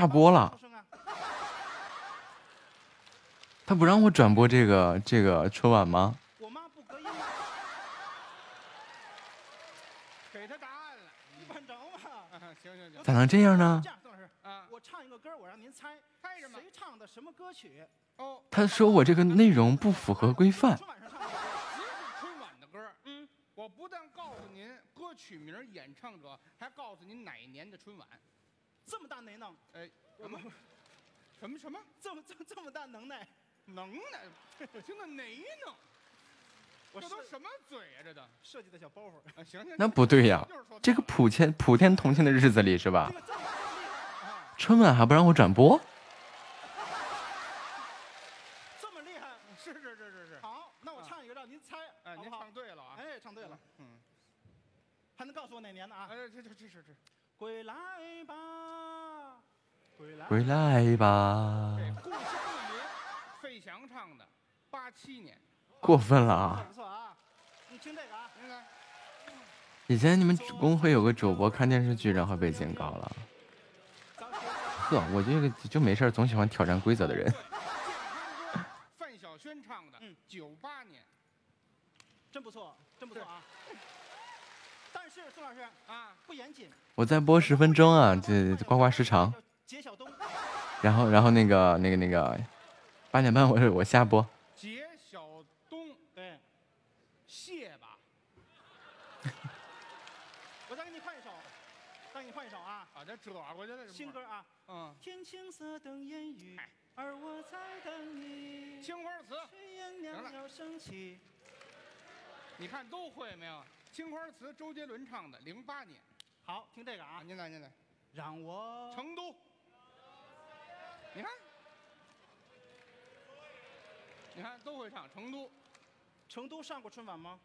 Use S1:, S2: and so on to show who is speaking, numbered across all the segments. S1: 下播了，他不让我转播这个这个春晚吗？
S2: 我妈不隔音，给他答案了，你管着吗？
S3: 啊
S2: 行行行，
S1: 咋能这样呢？
S2: 这样，邓老师，啊，嗯我唱一个歌，我让您猜，猜什么？谁唱的什么歌曲？哦，
S1: 他说我这个内容不符合规范，
S2: 春晚上唱的歌，
S3: 只是春晚的歌。嗯，我不但告诉您歌曲名、演唱者，还告诉您哪一年的春晚。
S2: 这么大能耐，
S3: 哎，什么什么什么
S2: 这么这么这么大能耐，
S3: 能耐？听到哪能？
S2: 我
S3: 这
S2: 设
S3: 都什么嘴呀、这都啊，
S2: 设计的小包袱，
S3: 行行，
S1: 那不对呀、
S3: 就是说
S1: 这个普天普天同庆的日子里是吧
S2: 这？个这么这么厉害，
S3: 啊
S1: 春晚还不让我转播，
S2: 这么厉害，
S3: 是是是是是，
S2: 好，那我
S3: 啊
S2: 唱一个让您猜，
S3: 哎，
S2: 好
S3: 您
S2: 不好
S3: 唱？对了啊，
S2: 哎，唱对了，
S3: 嗯，
S2: 还能告诉我哪年的啊？
S3: 哎，这这这这这，
S2: 归来吧，归来。
S1: 回来吧，
S3: 这故乡的云，费翔唱的，八七年，
S1: 过分了
S2: 不错
S1: 啊！
S2: 不错啊，你听这个啊，
S3: 您看，
S1: 以前你们主公会有个主播看电视剧，然后被警告了。
S2: 咱学咱
S1: 呵，我这个就没事儿总喜欢挑战规则的人
S3: 对，。健康歌，范晓萱唱的，
S2: 嗯
S3: 九八年
S2: 真不错，真不错啊。但是宋老师
S3: 啊，
S2: 不严谨，
S1: 我再播十分钟啊，这呱呱时长，。
S2: 杰晓东，
S1: 然后然后那个那个那个，八点半我我下播，
S3: 杰晓东，
S2: 对，
S3: 谢吧，
S2: 我再给你换一首，再给你换一首啊，
S3: 啊，这折过去了，这
S2: 新
S3: 不是，
S2: 歌啊，
S3: 嗯，
S2: 天青色等烟雨
S3: 哎，
S2: 而我在等你。
S3: 青花瓷，
S2: 炊烟袅袅升起，
S3: 你看都会没有？青花瓷，周杰伦唱的，零八年
S2: 好，听这个
S3: 啊，
S2: 啊，
S3: 您来您来，
S2: 让我
S3: 成都，你看，你看都会唱成都，
S2: 成都上过春晚吗？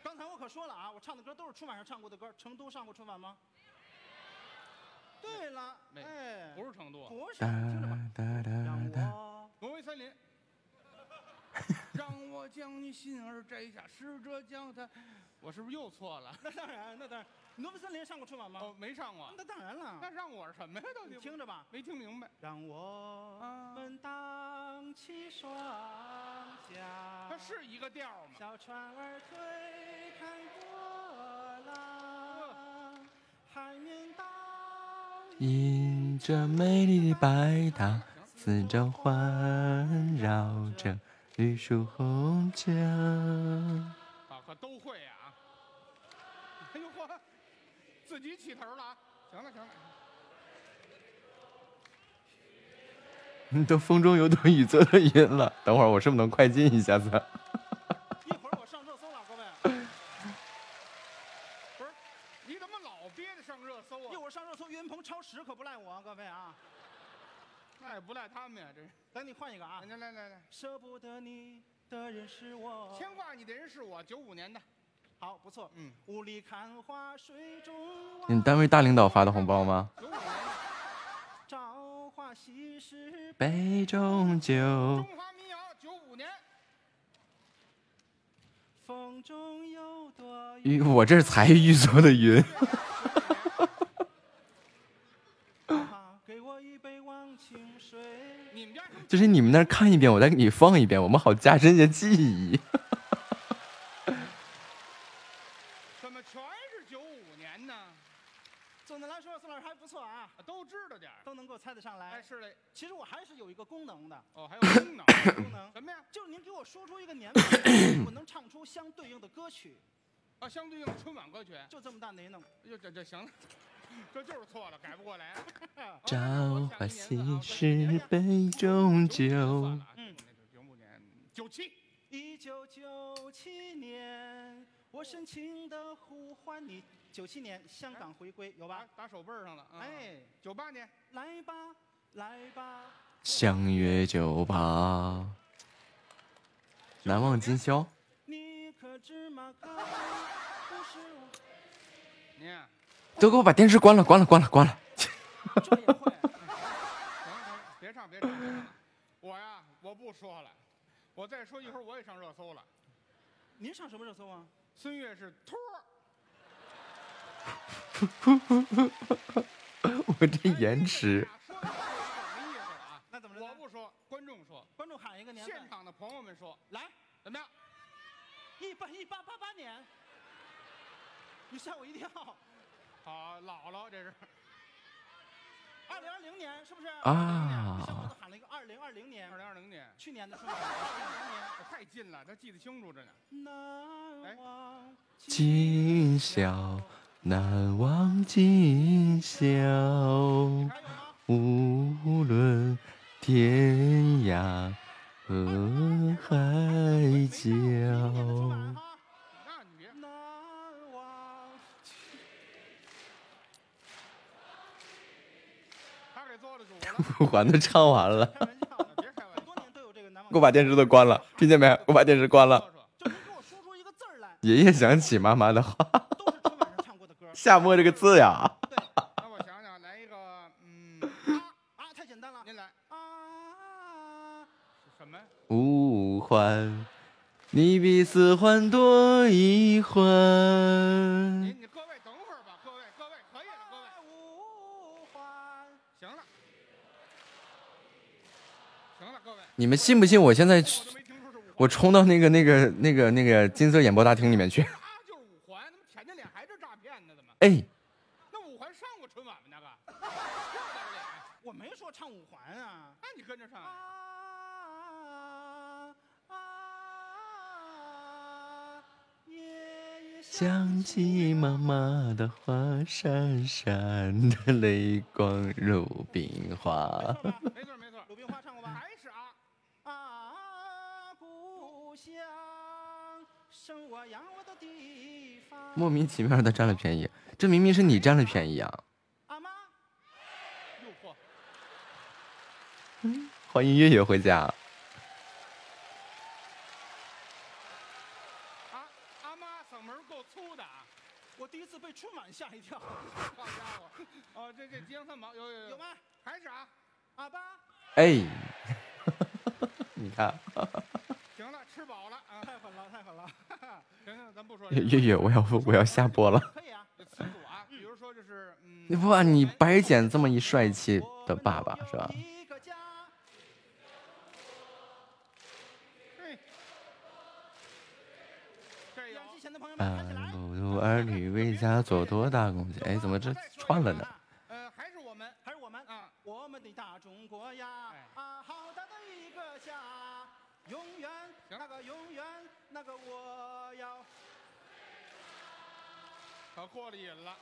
S2: 刚才我可说了啊，我唱的歌都是春晚上唱过的歌。成都上过春晚吗？对了，
S3: 没
S2: 哎，
S3: 不是成都啊，
S2: 不是，
S1: 哒
S2: 听着吧，
S1: 哒哒
S2: 让
S1: 哒，
S2: 我
S3: 挪 威森林。让我将你心儿摘下，试着将它，我是不是又错了？
S2: 那当然，那当然，挪威森林上过春晚吗？
S3: 哦，没唱过，
S2: 那当然了
S3: 那，让我是什么呀？到
S2: 嗯
S3: 底
S2: 你听啊着吧，
S3: 没听明白？
S2: 让我们荡起双桨，
S3: 它啊是一个调儿吗？
S2: 小船儿推开波浪，海面倒映
S1: 迎着美丽的白塔，四周环绕着绿树红墙。
S3: 啊，可都会啊！哎呦嚯，自己起头了啊！行了行了，
S1: 你嗯都风中有朵雨做的云了，等会儿我是不是能快进一下子？
S2: 一会儿我上热搜了，各位。
S3: 哎不是，你怎么老憋着上热搜
S2: 一
S3: 啊？
S2: 会儿上热搜，岳云鹏超时可不赖我啊，各位啊！
S3: 那哎也不赖他们呀，这是。
S2: 咱你换一个啊
S3: 来！来来来来，
S2: 舍不得你的人是我。
S3: 牵挂你的人是我，九五年的。
S2: 哦好，不错。
S3: 嗯，
S2: 雾里看花，水中
S1: 你
S2: 望，
S1: 单位大领导发的红包吗？
S3: 九五年的
S2: 朝花夕拾。
S1: 杯中酒，
S3: 中华民谣，九五年。
S2: 风中有朵云。
S1: 雨我这才雨做的云。
S2: 啊给我一杯忘情水。
S3: 你们家什么？
S1: 就是你们那儿看一遍，我再给你放一遍，我们好加深一下记忆。
S3: 怎么全是九五年呢？
S2: 总的来说，宋老师还不错啊，
S3: 啊都知道点儿。
S2: 都能够猜得上
S3: 哎，
S2: 来。
S3: 是嘞。
S2: 其实我还是有一个功能的，
S3: 哦，还有 功能。
S2: 功能
S3: 什么呀？
S2: 就是您给我说出一个年份，我能唱出相对应的歌曲，
S3: 啊，相对应的春晚歌曲。
S2: 就这么大雷能。
S3: 就这这行了，这就是错了，改不过 来。啊
S1: 朝花夕拾
S3: 我
S1: 杯中
S3: 想一年
S1: 酒。
S3: 了啊我想一年了算了啊九五年，九七，
S2: 一九九七年，我深情的呼唤你。九七年香港回归，有
S3: 打
S2: 吧？
S3: 打手背儿上了。啊，
S2: 哎，
S3: 九八年，
S2: 来吧，来吧，
S1: 相约酒吧，难忘今宵。
S2: 你可知马高不是我？
S3: 您啊
S1: 都给我把电视关了，关了，关了，关了。
S2: 这也会？啊
S3: 行了行了，别唱别唱别唱了，我呀我不说了，我再说一会儿我也上热搜了。
S2: 您上什么热搜啊？
S3: 孙悦是托儿，
S1: 我这延迟。
S3: 哎说的话有点没意思了啊！
S2: 那怎么着呢
S3: 我不说，观众说，
S2: 观众喊一个年
S3: 现
S2: 份，
S3: 场的朋友们说，
S2: 来，
S3: 怎么样？
S2: 一八一八八八年，你吓我一跳，
S3: 好，姥姥这是
S2: 二零二零年是不是？
S1: 啊
S2: 你像我都喊了一个二零二零年
S3: 二，零二零年，
S2: 去年的春晚，二零年。
S3: 我太近了，他记得清楚着呢。
S2: 难忘
S1: 今宵难忘今宵，
S2: 还有吗？
S1: 无论天涯和海角。
S2: 明年的春晚哈，
S3: 那你别，
S2: 难忘。
S3: 他给做了主了，
S1: 环都唱完了，
S2: 开玩笑，
S3: 别开玩
S2: 很
S3: 笑。
S2: 多年都有这个难忘。
S1: 给我把电视都关了，听见没？给我把电视关了。
S3: 说
S2: 就
S3: 说
S2: 您给我说出一个字儿来，
S1: 爷爷想起妈妈的话，。
S2: 都是春晚上唱过的歌
S1: 夏末这个字呀，
S3: 那我想想，来一个，嗯，啊
S2: 啊，太简单了
S3: 您来
S2: 啊！
S3: 什么？
S1: 五环，你比四环多一环。
S3: 您你各位等会儿吧，各位各位可以了，各位
S2: 五环，
S3: 行了，行了，各位，
S1: 你们信不信？我现在去
S3: 我都没听说是五环，
S1: 我冲到那个那个那个那个金色演播大厅里面去。
S3: 啊就是五环，他妈舔着脸还是诈骗呢？怎么？
S1: 哎，
S3: 那五环上过春晚吗？那个，要点脸，
S2: 我没说唱五环啊。
S3: 那你跟着上啊。
S2: 啊啊！夜夜
S1: 想起妈妈的话，闪闪的泪光如冰
S2: 没
S1: 花。
S2: 错吧？
S3: 没错没错，
S2: 鲁冰花唱过吧？
S3: 还是啊，
S2: 啊，故乡生我养我的地方。
S1: 莫名其妙的占了便宜，这明明是你占了便宜啊！
S2: 阿妈，
S3: 又破，
S1: 欢迎月月回家。
S3: 啊，阿妈嗓门够粗的啊，
S2: 我第一次被春晚吓一跳，
S3: 好家伙，哦，这这吉祥三宝有有
S2: 有？吗？
S3: 还是啊，
S2: 阿爸，
S1: 哎， 你看，
S3: 行了，吃饱了啊，
S2: 太狠了，太狠 了，
S3: 行行，咱不说这个
S1: 月月，我要我要下播了。
S2: 可以啊。
S3: 有词组啊，比如说就是嗯，
S1: 哇，你白捡这么一帅气的爸爸是吧
S2: 我们？有一个家，
S3: 对，这有
S2: 演机前的朋友们
S1: 啊
S2: 喊起来，，
S1: 不如儿女为家做多大贡献。哎，怎么这串了呢？
S3: 呃，还是我们
S2: 啊还是我们
S3: 啊，
S2: 我们的大中国呀
S3: 哎，
S2: 啊，好大的一个家，永远
S3: 行
S2: 那个永远那个我要。
S3: 可过了瘾了。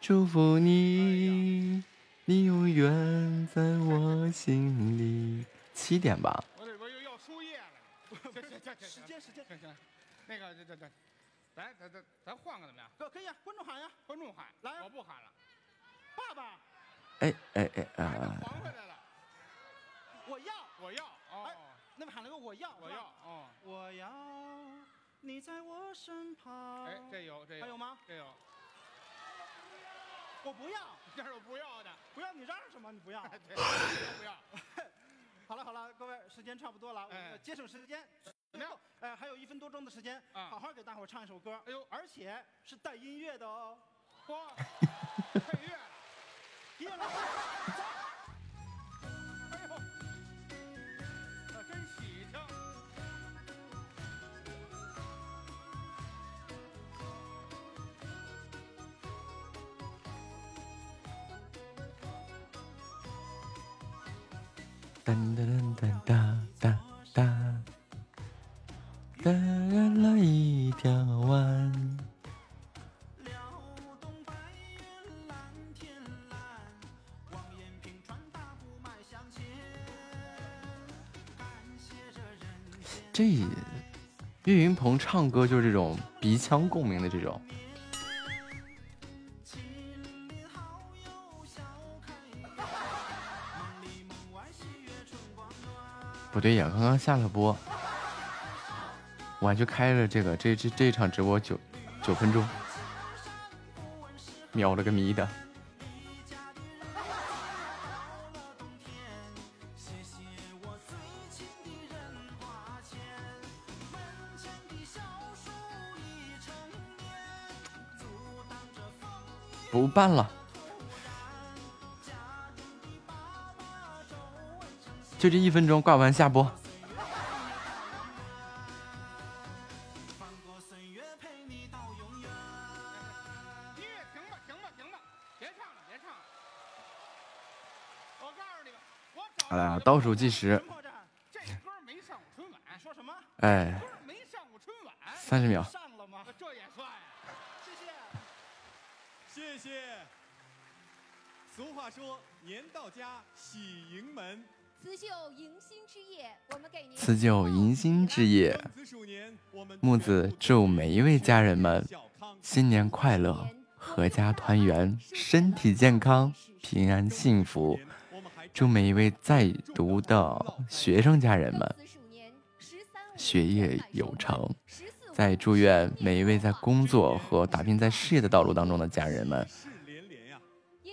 S1: 祝福你，你永远在我心里。七点吧，
S3: 我这我又要输液 了。行行行
S2: 时
S3: 行行
S2: 间时间，
S3: 行行，那个这这这，咱咱咱咱换个怎么样？
S2: 可可以啊，观众喊呀，
S3: 观众喊，
S2: 来啊
S3: 我不喊了，
S2: 爸爸，
S1: 哎哎哎
S3: 还是
S1: 啊！
S3: 还回来了。
S2: 我要，
S3: 我要哦
S2: 哎，那边喊了个我要，
S3: 我
S2: 是
S3: 要
S2: 吧，
S3: 哦。
S2: 我要你在我身旁。
S3: 哎，这有这
S2: 还有
S3: 有
S2: 吗？
S3: 这有，
S2: 我不要，
S3: 这是我不要的，
S2: 不要你嚷什么？你 不要。
S3: 哎对，我不要。
S2: 好了好了，各位，时间差不多了，我
S3: 哎
S2: 们节省时间。
S3: 怎么样？
S2: 呃，还有一分多钟的时间，
S3: 啊
S2: 好好给大伙儿唱一首歌，
S3: 哎呦，
S2: 而且是带音乐的哦。
S3: 哇，配乐了，
S2: 音乐老师， 走，
S3: 哎呦，那真喜庆。
S1: 噔噔噔噔哒哒哒，哒了一条弯，
S2: 辽东白云蓝天蓝，望眼平川大步迈向前，感谢这人间。
S1: 这岳云鹏唱歌就是这种鼻腔共鸣的这种。
S2: 亲邻好友笑开颜，梦里梦外喜悦春光暖。
S1: 不对呀，刚刚下了播，我还去开了这个这这这场直播九九分钟，秒了个迷的。
S2: 一家的人到了冬天，谢谢我最亲的人花钱，门前的小树已成年，阻挡着风雨
S1: 不办了，
S2: 突然。
S1: 就这一分钟，挂完下播。
S2: 放过岁月，陪你到永远。
S3: 音乐停吧，停吧，停吧，别唱了，别唱了。我告诉你吧，我找
S1: 好了，哎倒数计时
S2: 陈，破绽，
S3: 这歌没上过春晚，
S2: 说什么？
S1: 哎，
S3: 歌没上过春晚，
S1: 三十秒，
S2: 上了吗？
S3: 这也算呀？
S2: 谢谢。
S4: 谢谢。俗话说，年到家，喜迎门。
S5: 辞旧迎新之夜，我们给您
S1: 辞旧迎新之夜，
S4: 庚子鼠年，我们
S1: 木子祝每一位家人们
S4: 小康
S1: 新年快乐，阖家团圆，身体健康，平安幸福。
S4: 我们还
S1: 祝每一位在读的学生家人们
S5: 庚子鼠年
S1: 学业有成。再祝愿每一位在工作和打拼在事业的道路当中的家人们，
S4: 事连连呀、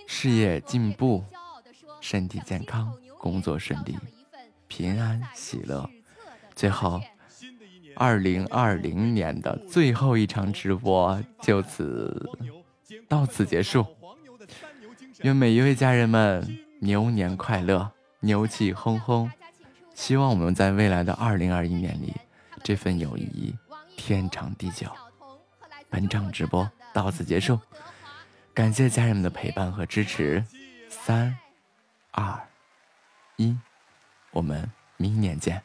S1: 事业进步身体健康工作顺利平安喜乐。最后，
S4: 新的一年，
S1: 二零二零年的最后一场直播就此
S4: 黄牛艰苦
S1: 到
S4: 奋
S1: 此
S4: 斗
S1: 结束
S4: 好黄牛的三牛精神
S1: 愿每一位家人们牛年快乐，牛气哄哄。希望我们在未来的二零二一年里，这份友谊天长地久。本场直播到此结束，感谢家人们的陪伴和支持。三、二、一，我们明年见。